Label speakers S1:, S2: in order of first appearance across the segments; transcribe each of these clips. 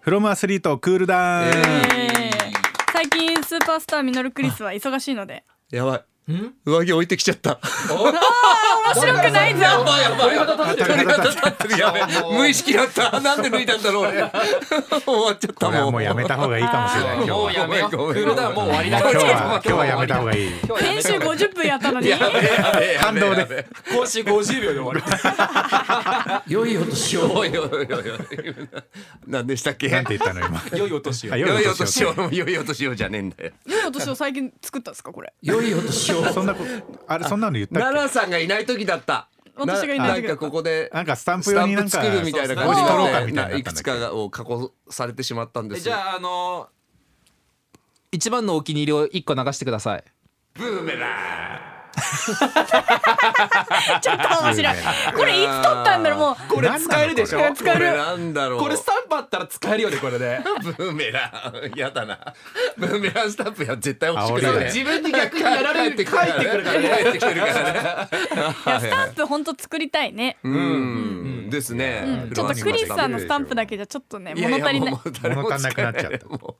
S1: フロムアスリートクールダウン、
S2: えー最近スーパースターミノルクリスは忙しいので
S3: やばい
S4: ん
S3: 上着置いてきちゃった
S2: 面白くないぞ
S4: やばいやばい
S1: 鳥肌立っ
S3: やべ無意識だったなんで抜いたんだろう俺終わっちゃった
S1: これは
S3: もう
S1: もうやめた方がいいかもしれない今日
S4: もう
S1: は
S4: やめようク
S3: ごめんごめん
S4: ールダウンもう終わりだ
S1: 今日は今日はやめた方がいい
S4: 今日はや
S2: 先
S4: め
S2: 週
S4: た方がいい
S2: 50分やったのに
S1: 感動で
S4: 今週50秒で終わり良いお年を
S3: おいおいおいおい何でしたっけ
S1: なんて言ったの今
S4: 良いお年を
S1: あ
S3: 良
S1: 良
S3: い
S1: い
S3: お
S1: お
S3: 年
S1: 年
S3: を
S1: を
S3: 良いお年をじゃねえんだよ
S2: 良いお年を最近作ったんですかこれ
S3: 良いお年を
S1: そんなこあれそんなの言ったっけ
S3: 奈良さんがいない時だった
S2: 私がいない時だ
S3: ん
S2: った
S3: かここで
S1: なんかスタンプ
S3: ス
S1: 用
S3: タ
S1: に
S3: ン
S1: なん
S3: プ
S1: か
S3: 作るみたいな
S4: そう
S3: 感じ
S2: スタンプ
S1: 作ろうかみたいになったんだっけ
S3: いくつかがを加工されてしまったんです
S4: じゃああの一番のお気に入りを一個流してください
S2: ちょっと面白いこれいつ撮ったんだろうもう
S4: これ使えるでしょ
S2: なんなの使える
S3: これなんだろう
S4: これスタンプあったら使えるよねこれで
S3: ブーメランやだなブーメランスタンプや絶対欲しく
S1: 煽り
S3: な
S1: だ
S3: い
S1: よ
S4: 自分に逆にやられるって書いてくるからね
S3: 帰ってきてるからね
S2: いやスタンプ本当作りたいね
S3: うんですね
S2: ちょっとクリスさんのスタンプだけじゃちょっとね
S3: いやい
S2: 物
S3: や
S2: 足りない
S3: もう誰も
S1: 物足んなくなっちゃった
S3: 使えないも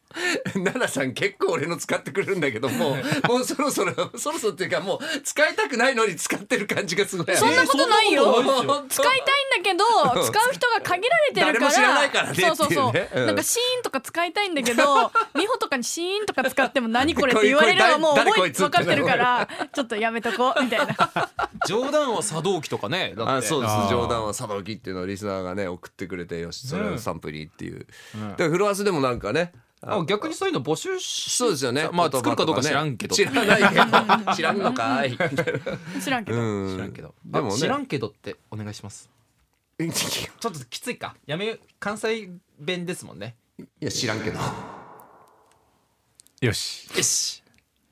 S3: う奈良さん結構俺の使ってくれるんだけどもうもうそろそろそろそろっていうかもう使いたくないのに使ってる感じがすごい
S2: そんなことないよ
S3: えーそんなことないです
S2: 使いたいんだけど使う人が限られてるか
S3: 誰
S2: ら
S3: も知らないからねっていう
S2: そ
S3: ね
S2: うそうそう、
S3: うん
S2: なんかシーンとか使いたいんだけ ど美穂とかにシーンとか使っても何これって言われるのはもう
S3: これこれ誰こ
S2: 覚え
S3: いつ
S2: 分かってるからちょっとやめとこうみたいな
S4: 冗談は作動機とかねだって
S3: あそうです
S1: あー
S3: 冗談は佐藤木っていうのをリスナーがね送ってくれてよしそれを
S4: ね
S3: サンプリーっていう、だからフロアスでもなんかね
S4: あ逆にそういうの募集し
S3: そうですよね
S4: まあ
S3: 言葉
S4: 作るかどうか
S3: とね
S4: 知らんけど
S3: 知らないけど知らんのかい
S2: 知らんけど、
S3: うん
S4: 知らんけど、
S3: でもね
S4: あ知らんけどってお願いします
S3: い
S4: ちょっときついかやめよう関西弁ですもんね
S3: や知らんけど
S1: よし
S4: よし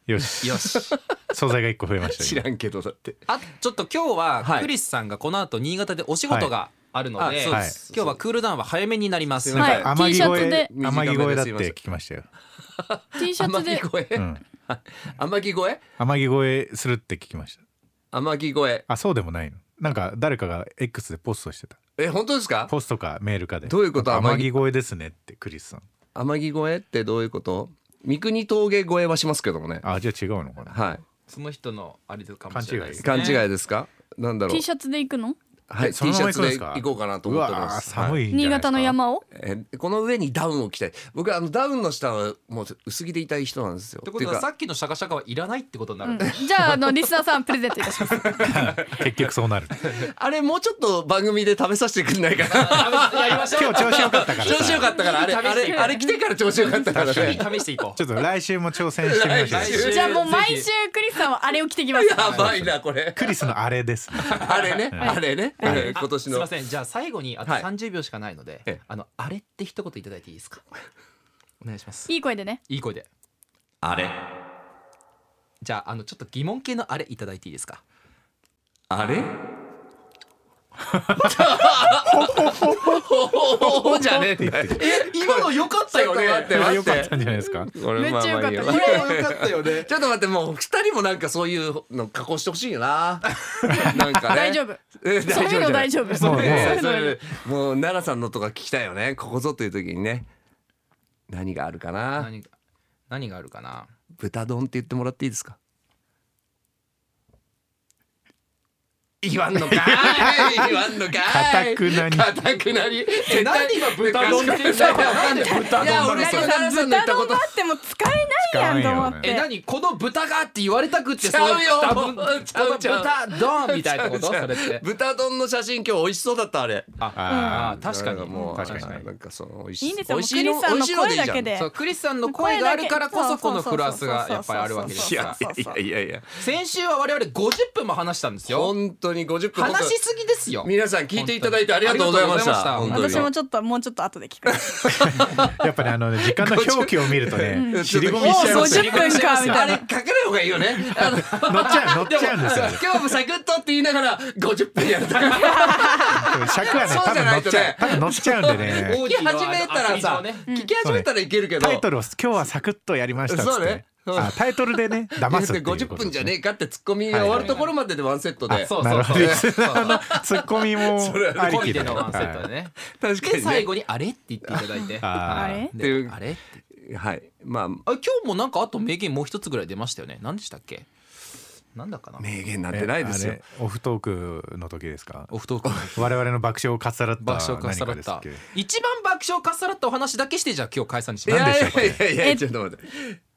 S1: よし
S4: よし
S1: 惣菜が一個増えました
S3: 知
S1: よ
S3: らんけどだって
S4: あちょっと今日
S3: は
S4: はいクリスさんがこの後新潟でお仕事があるので、
S3: あそう
S4: 今
S1: です
S4: 日はクールダウンは早めになります、
S3: すいません
S2: は
S1: 天
S2: い T シ
S1: 城
S2: ャ
S1: 越
S2: ツ
S1: え
S2: で
S3: 短
S1: 天
S3: めで
S1: 城越えだって
S3: すいません
S1: 聞きましたよ
S2: T シャ
S3: 天
S2: ツで
S3: 城
S1: う
S3: 越え
S1: ん
S3: 天城越え
S1: 天城越えするって聞きました
S3: 天城越え
S1: あそうでもないのなんか誰かが X でポストしてた
S3: え本当ですか
S1: ポストかメールかで
S3: どういうこと
S1: なんか
S3: 天
S1: 天城越えですねってクリスさん
S3: 天城越えってどういうこと三国峠越えはしますけどもね
S1: あじゃあ違うのかな
S3: は
S4: その人のあれかもしれないで
S3: い
S4: すね
S3: 勘違いですか、なんだろう
S2: T シャツで行くの
S3: はい
S1: え
S3: T
S1: そ
S3: シ
S1: のまま
S3: ャ
S1: 行
S3: ツ
S1: くんで
S3: です
S1: か
S3: 行こうかなと思っております
S1: うわー寒
S3: はい
S1: んじゃないです
S2: 新
S1: か
S2: 潟の山を
S3: えこの上にダウンを着たい僕あのダウンの下はもう薄着でいたい人なんですよ
S4: ってこと
S3: てい
S4: は
S3: う
S4: さ
S3: か
S4: っきのシャカシャカはいらないってことにな
S2: う
S4: る、
S2: ん、じゃああのリスナーさんプレゼントいた します
S1: 結局そうなる
S3: あれもうちょっと番組で食べさせてくんないかな
S4: やりましょう
S1: 今日調子良かったから
S3: 調子よかったからあれ
S4: 試して
S3: あれあれ来てから調子よかったから
S4: 日
S3: ね
S4: 々試していこ
S1: ちょっと来週も挑戦してみましょう
S3: 来週
S2: じゃあもう毎週クリスさんはあれを着てきます
S3: やばいなこれ
S1: クリスのあれですね
S3: あれねあれね
S4: う
S3: うん今年
S4: あすいま
S3: の
S4: せんじゃあ最後にあと
S3: はい
S4: 30秒しかないので、
S3: ええ
S4: あのあれって一言いただいていいですかお願いします
S2: いい声でね
S4: いい声で
S3: あれ
S4: じゃああのちょっと疑問系のあれいただいていいですか
S3: あれほほほじゃねえんだよ
S4: 今の良かった
S3: よね
S1: これは良かったんじゃないですか
S3: 俺
S2: めっちゃ良かった
S3: まあまあいいよ
S4: 良かったよね
S3: ちょっと待ってもう二人もなんかそういうの加工してほしいよななんかね
S2: 大丈夫
S3: え大丈夫
S2: そういうの大丈夫そう
S1: ね
S2: いう
S3: そ
S2: の
S3: う
S2: 大丈
S3: い
S2: 夫
S3: うもう奈良さんのとか聞きたいよねここぞという時にね何があるかな
S4: 何が何があるかな
S3: 豚丼って言ってもらっていいですか言わんの かい言わんのかい
S1: 固くなに
S3: 固くなり絶対
S4: 今豚丼って言ったの
S3: なんで豚丼いや俺それ奈良さんの言った
S2: 豚
S3: こ
S2: 丼
S3: と
S2: があっても使えないやんと思っ
S4: え
S2: て
S4: 何この豚がって言われたくって
S3: ちゃうよ
S4: そういう多分
S3: ちゃうちゃう
S4: この豚丼みたいなことそれって
S3: 豚丼の写真今日美味しそうだったあれ
S4: ああ
S1: あ
S4: 確かに
S3: もう
S1: 確かに
S3: なんかその美味
S2: い
S3: し
S2: いんですよ
S3: 美
S2: もう
S3: 味
S2: ク
S3: しい
S2: リ
S3: の
S2: スさんの
S3: 美味しいのでいい
S2: 声だ
S3: じゃん
S2: けで
S4: そうクリスさんの声があるからこそこのフラスがやっぱりあるわけで
S2: そう
S4: す
S3: い
S2: そう
S4: か
S3: や
S2: そうそうそう
S3: いやいやいや
S4: ら先週は我々50分も話したんですよ
S3: 本当に50分
S4: 話しすぎですよ
S3: 皆さん聞いていただいてありがとうございました
S4: 本当に
S2: 私もちょっともうちょっと後で聞 く
S1: やっぱりあのね時間の表記を見ると ね尻込みしちゃい
S2: もう
S1: ます
S2: 50分かみたい
S3: あれ
S2: な
S3: 書かない方がいいよねあの
S1: 乗っちゃう乗っちゃうんですよね
S3: 今日もサクッとって言いながら50分やるとか
S1: 尺はね
S3: そう
S1: 多
S3: じゃ
S1: 分
S3: な
S1: 乗
S3: い
S1: っ
S3: と
S1: ちゃ
S3: ね
S1: う多分乗っちゃうん でね
S3: 聞き始めたらさ
S4: ね
S3: 聞き始めたらいけるけど
S1: タイトルを今日はサクッとやりましたっつ
S3: そ
S1: っ
S3: うね
S1: てあタイトルでね騙 すっていうことです
S3: 50分じゃねえかってツッコミが終わるところまででワンセットで
S4: あそう
S1: なるほど
S4: そう
S1: リスナーのツッコミも
S3: それはね
S1: あり
S4: 込み
S1: き
S4: で
S1: で
S4: のワンセットでね。
S3: 確かにね
S4: で最後にあれって言っていただいて。
S1: あ
S2: あ
S1: ー
S2: れ
S4: で
S3: っていう
S4: あれ
S3: はいまあ
S4: あ今日もなんかあと名言もう一つぐらい出ましたよね。何でしたっけ？なんだかな。
S3: 名言なんてないですよ
S1: えあれオフトークの時ですか
S4: オフトーク。
S1: 我々の爆笑をかっさらった
S4: 爆笑かっさら
S1: 何か
S4: っ
S1: ですったけ。
S4: 一番爆笑かっさらったお話だけしてじゃあ今日解散にし
S3: い
S4: ま
S3: や
S4: す。
S3: い
S1: 何でしたっ
S3: やいやいや
S2: え
S3: ちょっと待って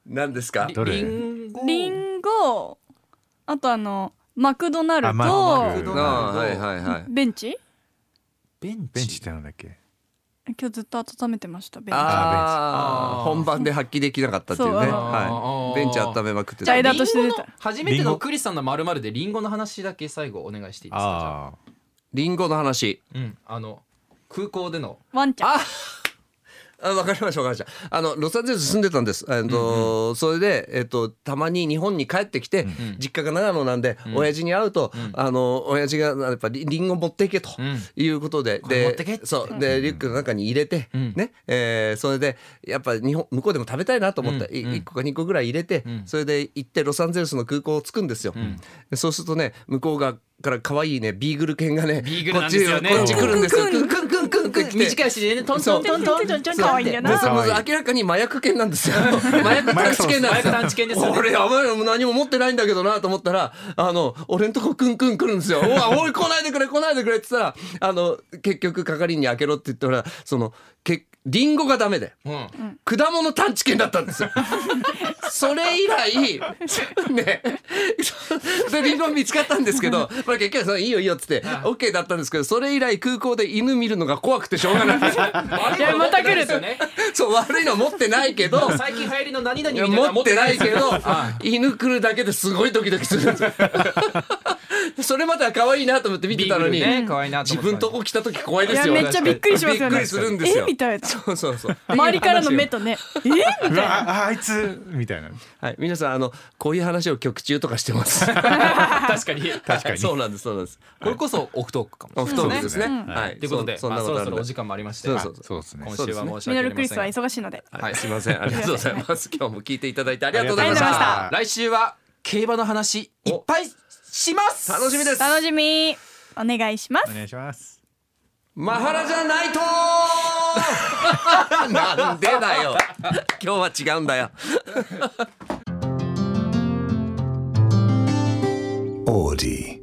S3: 何ですか
S1: どれ
S4: リンゴ。
S2: リンゴあとあのマクドナル
S1: あ
S2: ド、
S1: マ
S4: クド
S3: あ
S4: ナ
S3: あはいはいはい
S2: ベンチ
S4: ベンチ。
S1: ベンチってなんだっけ
S2: 今日ずっと温めてましたベンチ
S3: ああ
S4: あー
S3: 本番で発揮できなかったっていうね
S2: そう
S3: は
S4: あー
S3: いベンチ温めまくって
S2: じゃあ
S3: た
S2: 枝として出
S4: リンゴ
S2: た
S4: の初めて
S1: リンゴ
S4: のクリスさんのまるまるでリンゴの話だけ最後お願いしていいですか。
S1: ああ
S3: リンゴの話
S4: じゃあうん。あの空港での。
S2: ワンちゃん
S3: あわかりましたわかりましたあのロサンゼルス住んでたんです、えっとそれで、えっとたまに日本に帰ってきて、実家が長野なんで、親父に会うと、あの親父がやっぱりリンゴ持っていけと
S4: ん
S3: いうことで、
S4: これ
S3: で
S4: 持ってけっつって
S3: そうでリュックの中に入れて、
S4: ん
S3: ね、えーそれでやっぱ日本向こうでも食べたいなと思って、
S4: うん
S3: い
S4: うん
S3: 1個か2個ぐらい入れて、
S4: ん
S3: それで行ってロサンゼルスの空港を着くんですよ、でそうするとね向こうがから可愛いねビーグル犬がね
S4: ビーグルなんですよね
S3: こっちこっち来るんですよ
S2: ク
S3: クン
S2: ン
S3: クンクンクンって来て
S4: 短い足でねトントントントントントン。
S2: 可愛いんだよな
S3: でそ
S1: 可
S3: の
S1: 愛い
S3: 明らかに麻薬犬なん ですよ麻薬探知犬なんですよ
S4: 麻薬探知犬ですよね
S3: 俺やばいよ何も持ってないんだけどなと思ったらあの俺んとこクンクン来るんです よ「おいおい来ないでくれ来ないでくれ」って言ったらあの結局係員に開けろって言ったらそのけリンゴがダメで
S4: うん。
S3: 果物探知犬だったん ですよそれ以来ねでリンゴ見つかったんですけど、まあ、結局その「いいよいいよ」っつって OK だったんですけどそれ以来空港で犬見るのが怖くてしょうがない
S4: い
S2: やまた来る
S4: ですよね。
S3: そう悪いのは持ってない けど
S4: 最近流行りの何々み
S3: いや
S4: たいなの
S3: 持ってないけど
S4: は
S3: 犬来るだけですごいドキドキするんですよそれまでは可愛いなと思って見てたのに、
S4: ビーグルね可愛いなと
S3: 自
S4: 思ってた
S3: 分
S4: のに
S3: とこ来た時怖い
S2: い
S3: ですよ
S2: やめっちゃびっくりしま
S3: び
S2: す
S3: っ
S2: よ
S3: く
S2: ね
S3: りするんですよ
S2: えみたいな
S3: そうそうそう
S2: 周りからの目 とねえみたいう
S1: わ
S2: な
S1: ああいつみたいな
S3: はい皆さんあのこういう話を曲中とかしてます
S4: 確かに。
S1: 確かに
S3: そうなんですそうなんです
S4: これこそオフトークかもしれ
S3: お
S4: ない。
S3: 布団ですね、
S1: そうですね
S3: はい
S4: ということで、
S3: そ
S4: まあ、そ
S3: そんな
S4: ろ
S3: ことあ
S4: そろ
S3: る
S4: お
S3: んで
S4: 時間もありまして、
S3: そう
S4: 今
S3: そう
S1: そうですね
S4: 週は申し訳ありません
S2: ミ
S4: が。
S2: ドルクリスは忙しいので
S3: はいすいませんありがとうございます今日も聞いていただいてありがとうございま
S2: あり
S3: し
S2: がとうございました
S3: た
S4: 来週は競馬の話いっぱいします。
S3: 楽しみです
S2: 楽しみお願いします
S1: お願いします
S3: マハラじゃないと なんでだよ 今日は違うんだよ
S5: オーディ。